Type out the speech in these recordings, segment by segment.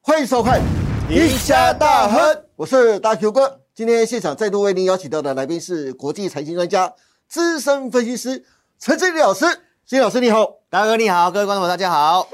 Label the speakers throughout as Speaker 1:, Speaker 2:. Speaker 1: 欢迎收看《
Speaker 2: 赢家大亨》，
Speaker 1: 我是大 Q 哥。今天现场再度为您邀请到的来宾是国际财经专家、资深分析师陈志礼老师。金老师你好，
Speaker 2: 大哥你好，各位观众朋友大家好。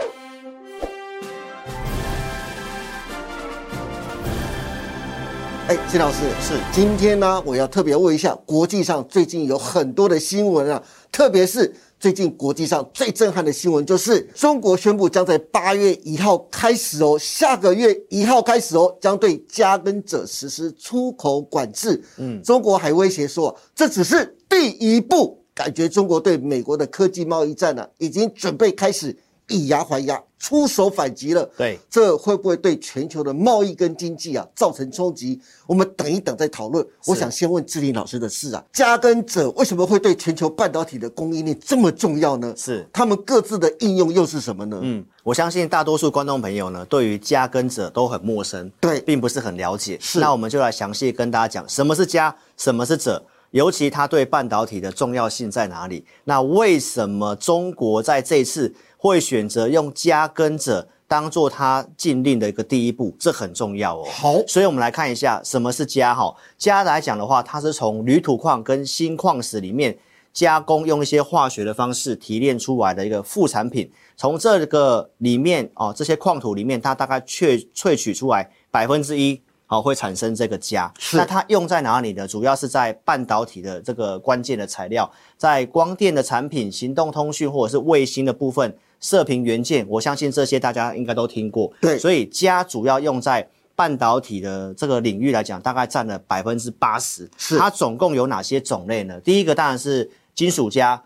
Speaker 1: 哎，金老师
Speaker 2: 是
Speaker 1: 今天呢，我要特别问一下，国际上最近有很多的新闻啊，特别是最近国际上最震撼的新闻，就是中国宣布将在八月一号开始哦，下个月一号开始哦，将对加耕者实施出口管制。嗯，中国还威胁说，这只是第一步，感觉中国对美国的科技贸易战呢、啊已经准备开始以牙还牙，出手反击了。
Speaker 2: 对
Speaker 1: 这会不会对全球的贸易跟经济啊造成冲击？我们等一等再讨论。我想先问志林老师的是啊，加耕者为什么会对全球半导体的供应链这么重要呢？
Speaker 2: 是
Speaker 1: 他们各自的应用又是什么呢？嗯，
Speaker 2: 嗯，我相信大多数观众朋友呢，对于加耕者都很陌生，
Speaker 1: 对
Speaker 2: 并不是很了解。
Speaker 1: 是
Speaker 2: 那我们就来详细跟大家讲什么是加，什么是者，尤其它对半导体的重要性在哪里？那为什么中国在这次会选择用加耕者当做它禁令的一个第一步？这很重要哦。
Speaker 1: 好
Speaker 2: 所以我们来看一下什么是镓哈。镓来讲的话，它是从铝土矿跟锌矿石里面加工，用一些化学的方式提炼出来的一个副产品。从这个里面哦，这些矿土里面，它大概萃萃取出来百分之一。好，会产生这个镓。
Speaker 1: 是
Speaker 2: 那它用在哪里呢？主要是在半导体的这个关键的材料，在光电的产品、行动通讯或者是卫星的部分、射频元件，我相信这些大家应该都听过。
Speaker 1: 对
Speaker 2: 所以镓主要用在半导体的这个领域来讲，大概占了百分之八十。
Speaker 1: 是
Speaker 2: 它总共有哪些种类呢？第一个当然是金属镓、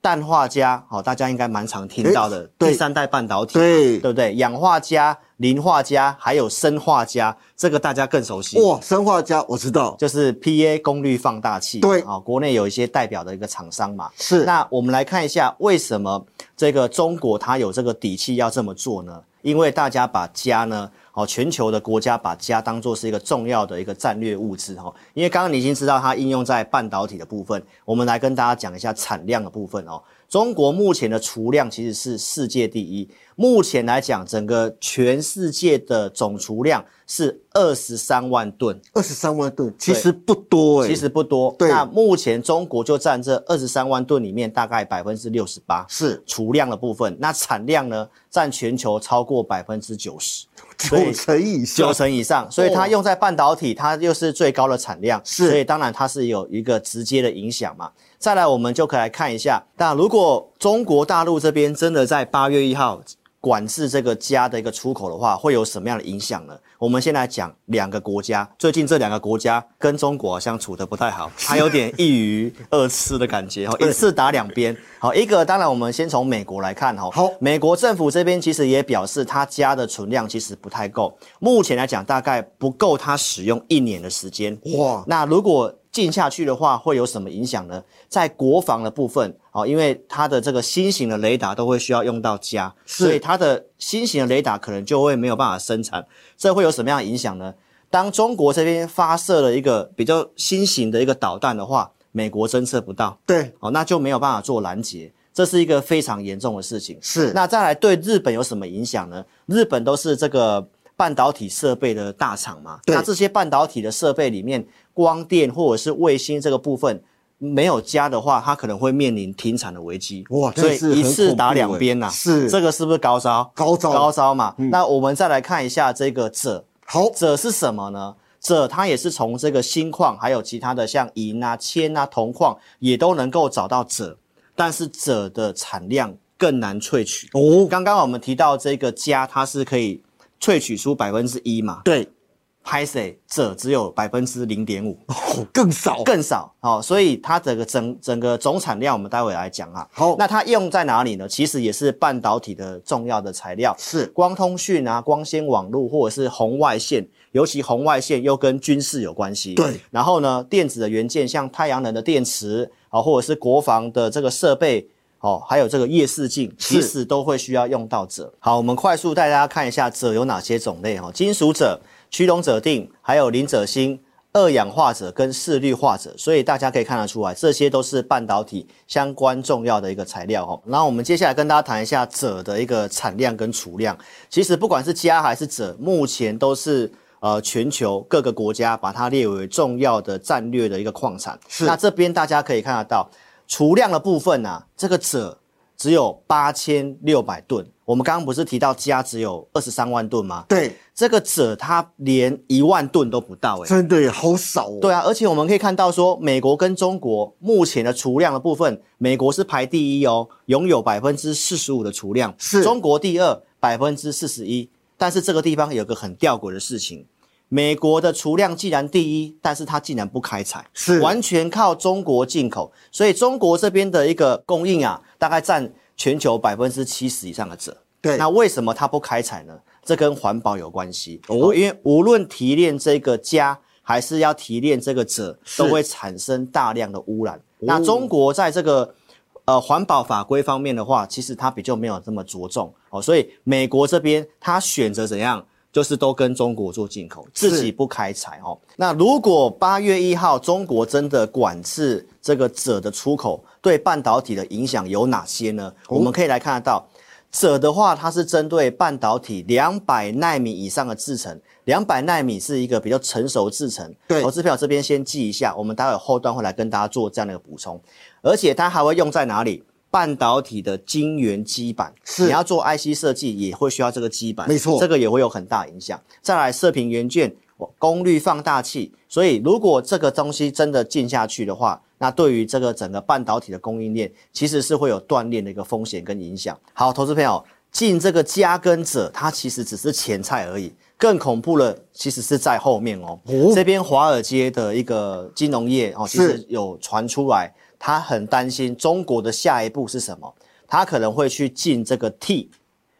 Speaker 2: 氮化镓，好、大家应该蛮常听到的。
Speaker 1: 对
Speaker 2: 第三代半导体，
Speaker 1: 对，
Speaker 2: 对不对？氧化镓、磷化镓，还有砷化镓，这个大家更熟悉。
Speaker 1: 哇，生化家我知道，
Speaker 2: 就是 PA 功率放大器，
Speaker 1: 对
Speaker 2: 啊、国内有一些代表的一个厂商嘛。
Speaker 1: 是
Speaker 2: 那我们来看一下，为什么这个中国它有这个底气要这么做呢？因为大家把家呢，哦，全球的国家把家当做是一个重要的一个战略物资哈、哦。因为刚刚你已经知道它应用在半导体的部分，我们来跟大家讲一下产量的部分哦。中国目前的储量其实是世界第一，目前来讲，整个全世界的总储量是二十三万吨。
Speaker 1: 二十三万吨，其实不多哎、
Speaker 2: 其实不多。
Speaker 1: 对
Speaker 2: 那目前中国就占这二十三万吨里面大概百分之六十八
Speaker 1: 是
Speaker 2: 储量的部分，那产量呢占全球超过百分之九十。所以
Speaker 1: 九成以上
Speaker 2: 九，成以上，所以它用在半导体，它又是最高的产量，
Speaker 1: 哦是
Speaker 2: 所以当然它是有一个直接的影响嘛。再来，我们就可以来看一下，那如果中国大陆这边真的在八月一号管制这个家的一个出口的话，会有什么样的影响呢？我们先来讲两个国家，最近这两个国家跟中国好像处得不太好，还有点一鱼二吃的感觉，哦一次打两边。好，一个当然我们先从美国来看哈，
Speaker 1: 好
Speaker 2: 美国政府这边其实也表示，它家的存量其实不太够，目前来讲大概不够它使用一年的时间。
Speaker 1: 哇，
Speaker 2: 那如果禁下去的话，会有什么影响呢？在国防的部分，哦，因为它的这个新型的雷达都会需要用到加，
Speaker 1: 是
Speaker 2: 所以它的新型的雷达可能就会没有办法生产，这会有什么样的影响呢？当中国这边发射了一个比较新型的一个导弹的话，美国侦测不到，
Speaker 1: 对，
Speaker 2: 哦，那就没有办法做拦截，这是一个非常严重的事情。
Speaker 1: 是
Speaker 2: 那再来对日本有什么影响呢？日本都是这个半导体设备的大厂嘛，
Speaker 1: 对
Speaker 2: 那这些半导体的设备里面，光电或者是卫星这个部分。没有加的话，它可能会面临停产的危机。
Speaker 1: 哇
Speaker 2: 所
Speaker 1: 真的是很
Speaker 2: 以一次打
Speaker 1: 恐怖
Speaker 2: 两
Speaker 1: 欸
Speaker 2: 边呐、
Speaker 1: 是
Speaker 2: 这个是不是高招？
Speaker 1: 高招
Speaker 2: 高招嘛。那我们再来看一下这个者，
Speaker 1: 嗯好，
Speaker 2: 锗是什么呢？锗它也是从这个锌矿，还有其他的像银啊、铅啊、铜矿，也都能够找到锗，但是锗的产量更难萃取。
Speaker 1: 哦，
Speaker 2: 刚刚我们提到这个镓，它是可以萃取出百分之一嘛，
Speaker 1: 对，
Speaker 2: 拍谁锗只有百分之零点五，
Speaker 1: 哦，更少，
Speaker 2: 更少哦，所以它整个整整个总产量，我们待会来讲啊。
Speaker 1: 好
Speaker 2: 那它用在哪里呢？其实也是半导体的重要的材料，
Speaker 1: 是
Speaker 2: 光通讯啊、光纤网络或者是红外线，尤其红外线又跟军事有关系。
Speaker 1: 对。
Speaker 2: 然后呢，电子的元件像太阳能的电池啊、或者是国防的这个设备。哦，还有这个夜视镜，
Speaker 1: 是
Speaker 2: 其实都会需要用到锗。好，我们快速带大家看一下锗有哪些种类哈、哦，金属锗、驱动锗锭，还有磷锗锌、二氧化锗跟四氯化锗，所以大家可以看得出来，这些都是半导体相关重要的一个材料哦。然后我们接下来跟大家谈一下锗的一个产量跟储量。其实不管是镓还是锗，目前都是呃全球各个国家把它列为重要的战略的一个矿产。
Speaker 1: 是
Speaker 2: 那这边大家可以看得到，储量的部分啊，这个锗只有八千六百吨。我们刚刚不是提到镓只有二十三万吨吗？
Speaker 1: 对，
Speaker 2: 这个锗它连一万吨都不到、欸，
Speaker 1: 真的也好少哦。
Speaker 2: 对啊，而且我们可以看到说，美国跟中国目前的储量的部分，美国是排第一哦，拥有百分之四十五的储量，
Speaker 1: 是
Speaker 2: 中国第二，百分之四十一。但是这个地方有个很吊诡的事情，美国的储量既然第一，但是它竟然不开采，
Speaker 1: 是
Speaker 2: 完全靠中国进口，所以中国这边的一个供应啊，大概占全球百分之七十以上的者。
Speaker 1: 对
Speaker 2: 那为什么它不开采呢？这跟环保有关系
Speaker 1: 哦
Speaker 2: 哦，因为无论提炼这个镓，还是要提炼这个锗，
Speaker 1: 是哦
Speaker 2: 都会产生大量的污染。那中国在这个呃环保法规方面的话，其实它比较没有这么着重哦，所以美国这边它选择怎样，就是都跟中国做进口，
Speaker 1: 是
Speaker 2: 自己不开采哦。那如果八月一号中国真的管制这个锗的出口，对半导体的影响有哪些呢？
Speaker 1: 哦
Speaker 2: 我们可以来看得到。锗的话，它是针对半导体两百纳米以上的制程，两百纳米是一个比较成熟制程。
Speaker 1: 对
Speaker 2: 投资票这边先记一下，我们待会后段会来跟大家做这样的一个补充。而且它还会用在哪里？半导体的晶圆基板，
Speaker 1: 是
Speaker 2: 你要做 IC 设计也会需要这个基板，
Speaker 1: 没错
Speaker 2: 这个也会有很大影响。再来射频元件、功率放大器，所以如果这个东西真的进下去的话，那对于这个整个半导体的供应链，其实是会有断裂的一个风险跟影响。好，投资朋友，进这个加跟者，它其实只是前菜而已，更恐怖的其实是在后面哦。
Speaker 1: 哦
Speaker 2: 这边华尔街的一个金融业哦，其
Speaker 1: 是
Speaker 2: 实有传出来，他很担心中国的下一步是什么，他可能会去进这个 T。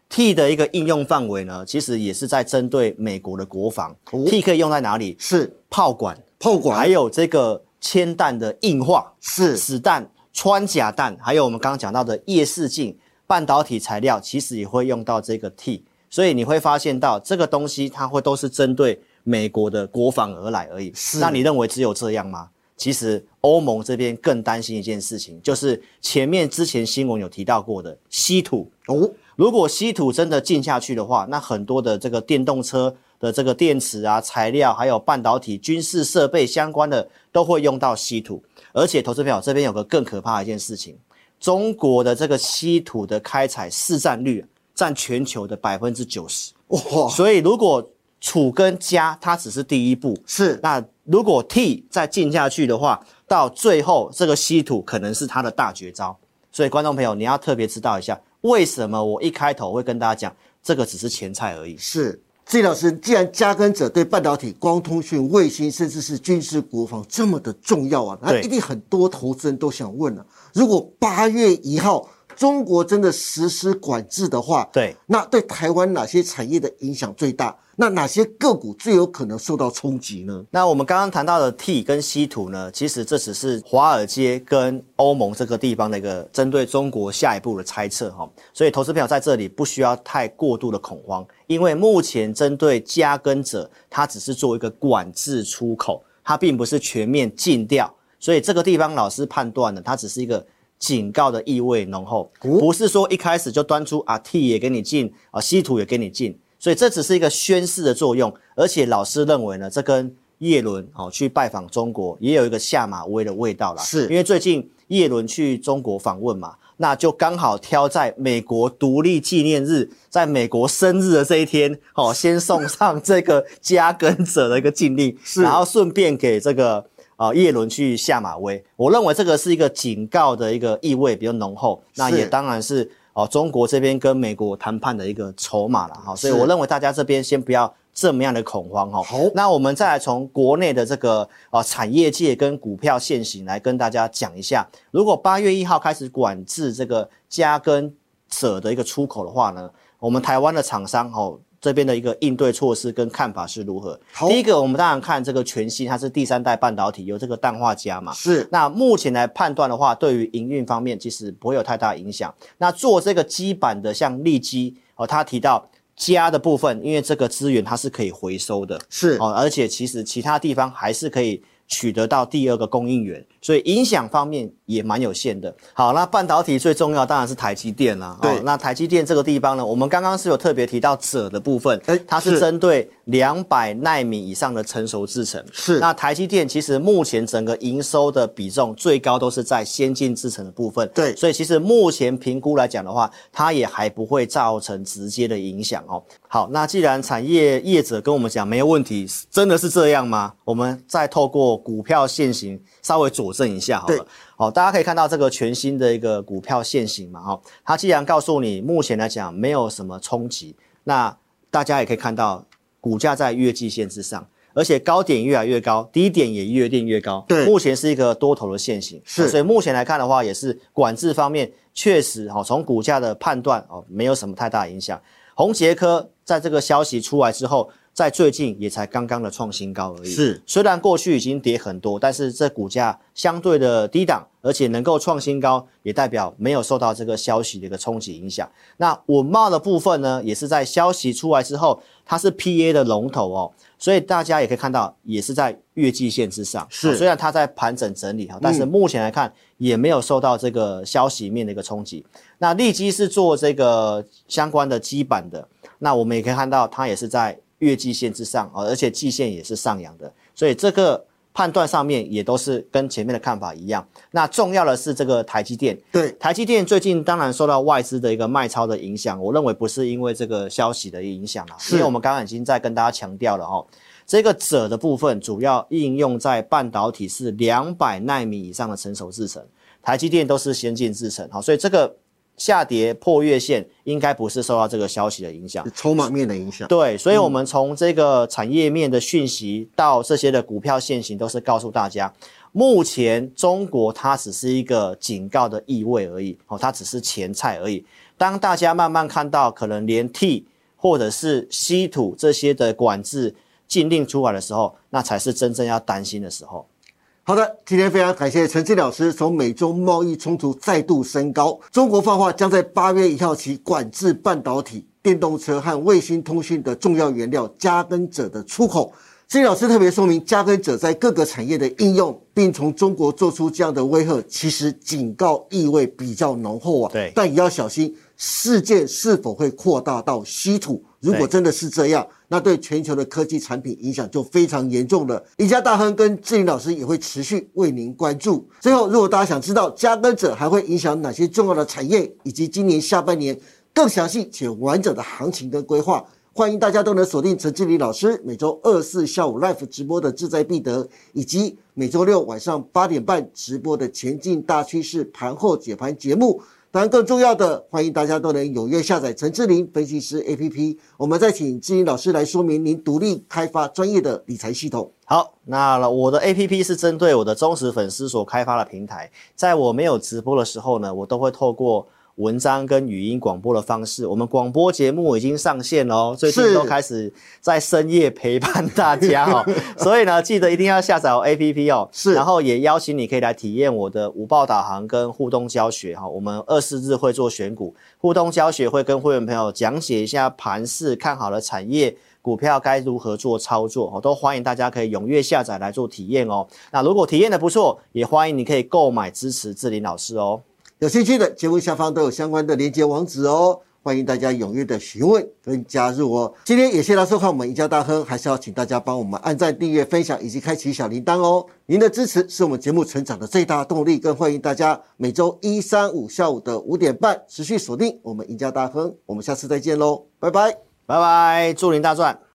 Speaker 2: T 的一个应用范围呢，其实也是在针对美国的国防。T 可以用在哪里？
Speaker 1: 是
Speaker 2: 炮管，
Speaker 1: 炮管
Speaker 2: 还有这个铅弹的硬化、
Speaker 1: 是
Speaker 2: 子弹、穿甲弹，还有我们刚刚讲到的夜视镜、半导体材料，其实也会用到这个 T。所以你会发现到这个东西，它会都是针对美国的国防而来而已。
Speaker 1: 是
Speaker 2: 那你认为只有这样吗？其实欧盟这边更担心一件事情，就是前面之前新闻有提到过的稀土。
Speaker 1: 哦，
Speaker 2: 如果稀土真的进下去的话，那很多的这个电动车的这个电池啊、材料，还有半导体、军事设备相关的，都会用到稀土。而且，投资朋友这边有个更可怕的一件事情，中国的这个稀土的开采市占率啊占全球的百分之九十，
Speaker 1: 哇，
Speaker 2: 所以如果储跟镓它只是第一步，
Speaker 1: 是
Speaker 2: 那如果 T 再进下去的话，到最后这个稀土可能是它的大绝招。所以观众朋友，你要特别知道一下，为什么我一开头会跟大家讲，这个只是前菜而已。
Speaker 1: 是。季老师，既然加根者对半导体、光通讯、卫星，甚至是军事国防这么的重要啊，那
Speaker 2: 对
Speaker 1: 一定很多投资人都想问了、啊如果八月一号中国真的实施管制的话，
Speaker 2: 对，
Speaker 1: 那对台湾哪些产业的影响最大？那哪些个股最有可能受到冲击呢？
Speaker 2: 那我们刚刚谈到的 T 跟稀土呢，其实这只是华尔街跟欧盟这个地方的一个针对中国下一步的猜测哈、所以投资朋友在这里不需要太过度的恐慌，因为目前针对加跟者，它只是做一个管制出口，它并不是全面禁掉，所以这个地方老师判断呢，它只是一个。警告的意味浓厚，
Speaker 1: 哦
Speaker 2: 不是说一开始就端出啊 T 也给你进啊稀土也给你进，所以这只是一个宣示的作用。而且老师认为呢，这跟叶伦哦去拜访中国也有一个下马威的味道啦，
Speaker 1: 是
Speaker 2: 因为最近叶伦去中国访问嘛，那就刚好挑在美国独立纪念日，在美国生日的这一天哦，先送上这个加根者的一个禁令，
Speaker 1: 是
Speaker 2: 然后顺便给这个。啊，叶伦去下马威，我认为这个是一个警告的一个意味比较浓厚，那
Speaker 1: 是
Speaker 2: 也当然是哦，中国这边跟美国谈判的一个筹码了哈，所以
Speaker 1: 是
Speaker 2: 我认为大家这边先不要这么样的恐慌哈。
Speaker 1: 好
Speaker 2: 那我们再来从国内的这个呃产业界跟股票现行来跟大家讲一下，如果八月一号开始管制这个加跟者的一个出口的话呢，我们台湾的厂商哦这边的一个应对措施跟看法是如何？
Speaker 1: 好
Speaker 2: 第一个我们当然看这个全新，它是第三代半导体，有这个氮化镓嘛，
Speaker 1: 是
Speaker 2: 那目前来判断的话，对于营运方面其实不会有太大影响。那做这个基板的，像利基哦，他提到家的部分，因为这个资源它是可以回收的，
Speaker 1: 是
Speaker 2: 哦，而且其实其他地方还是可以取得到第二个供应源，所以影响方面也蛮有限的。好，那半导体最重要当然是台积电啦。哦
Speaker 1: 对
Speaker 2: 那台积电这个地方呢，我们刚刚是有特别提到锗的部分
Speaker 1: 哎，
Speaker 2: 它
Speaker 1: 是
Speaker 2: 是针对两百纳米以上的成熟制程。
Speaker 1: 是
Speaker 2: 那台积电其实目前整个营收的比重最高都是在先进制程的部分。
Speaker 1: 对
Speaker 2: 所以其实目前评估来讲的话，它也还不会造成直接的影响哦。好，那既然产业业者跟我们讲没有问题，真的是这样吗？我们再透过股票现形稍微佐证一下好
Speaker 1: 对
Speaker 2: 了。好，大家可以看到这个全新的一个股票现形嘛，哦，它既然告诉你目前来讲没有什么冲击，那大家也可以看到股价在月季线之上，而且高点越来越高，低点也越定越高。
Speaker 1: 对
Speaker 2: 目前是一个多头的现形，
Speaker 1: 是
Speaker 2: 哦所以目前来看的话，也是管制方面确实哈、哦，从股价的判断哦，没有什么太大影响。红杰科在这个消息出来之后，在最近也才刚刚的创新高而已。
Speaker 1: 是
Speaker 2: 虽然过去已经跌很多，但是这股价相对的低档，而且能够创新高，也代表没有受到这个消息的一个冲击影响。那稳茂的部分呢，也是在消息出来之后，它是 P A 的龙头哦，所以大家也可以看到，也是在月季线之上。
Speaker 1: 是
Speaker 2: 哦虽然它在盘整整理哈，但是目前来看也没有受到这个消息面的一个冲击。那利基是做这个相关的基板的，那我们也可以看到它也是在月季线之上哦，而且季线也是上扬的，所以这个判断上面也都是跟前面的看法一样。那重要的是这个台积电，
Speaker 1: 对，
Speaker 2: 台积电最近当然受到外资的一个卖超的影响，我认为不是因为这个消息的影响啦，
Speaker 1: 是
Speaker 2: 因为我们刚刚已经在跟大家强调了哈，这个锗的部分主要应用在半导体是两百纳米以上的成熟制程，台积电都是先进制程，好，所以这个下跌破月线应该不是受到这个消息的影响。
Speaker 1: 筹码面的影响。
Speaker 2: 对，所以，我们从这个产业面的讯息到这些的股票现形，都是告诉大家，目前中国它只是一个警告的意味而已，哦，它只是前菜而已。当大家慢慢看到，可能连 T 或者是稀土这些的管制禁令出来的时候，那才是真正要担心的时候。
Speaker 1: 好的，今天非常感谢陈志老师从美中贸易冲突再度升高，中国放话将在八月一号起管制半导体、电动车和卫星通讯的重要原料加耕者的出口。志老师特别说明，加耕者在各个产业的应用，并从中国做出这样的威吓，其实警告意味比较浓厚啊。
Speaker 2: 对
Speaker 1: 但也要小心事件是否会扩大到稀土。如果
Speaker 2: 对
Speaker 1: 真的是这样，那对全球的科技产品影响就非常严重了。李家大亨跟志玲老师也会持续为您关注。最后，如果大家想知道加耕者还会影响哪些重要的产业，以及今年下半年更详细且完整的行情跟规划，欢迎大家都能锁定陈志玲老师每周二四下午 live 直播的志在必得，以及每周六晚上八点半直播的前进大趋势盘后解盘节目。当然，更重要的，欢迎大家都能踊跃下载陈志玲分析师 APP。我们再请志玲老师来说明您独立开发专业的理财系统。
Speaker 2: 好，那我的 A P P 是针对我的忠实粉丝所开发的平台，在我没有直播的时候呢，我都会透过文章跟语音广播的方式。我们广播节目已经上线了哦，最
Speaker 1: 是
Speaker 2: 近都开始在深夜陪伴大家哦，所以呢，记得一定要下载我 A P P 哦。
Speaker 1: 是
Speaker 2: 然后也邀请你可以来体验我的午报导航跟互动教学哦哈、我们二四日会做选股互动教学，会跟会员朋友讲解一下盘势，看好了产业。股票该如何做操作哦，都欢迎大家可以踊跃下载来做体验哦。那如果体验的不错，也欢迎你可以购买支持志林老师哦。
Speaker 1: 有兴趣的，节目下方都有相关的连接网址哦，欢迎大家踊跃的询问跟加入哦。今天也谢谢大家收看我们赢家大亨，还是要请大家帮我们按赞、订阅、分享以及开启小铃铛哦。您的支持是我们节目成长的最大动力，更欢迎大家每周一、三、五下午的五点半持续锁定我们赢家大亨。我们下次再见喽，拜拜。
Speaker 2: 拜拜，祝您大赚！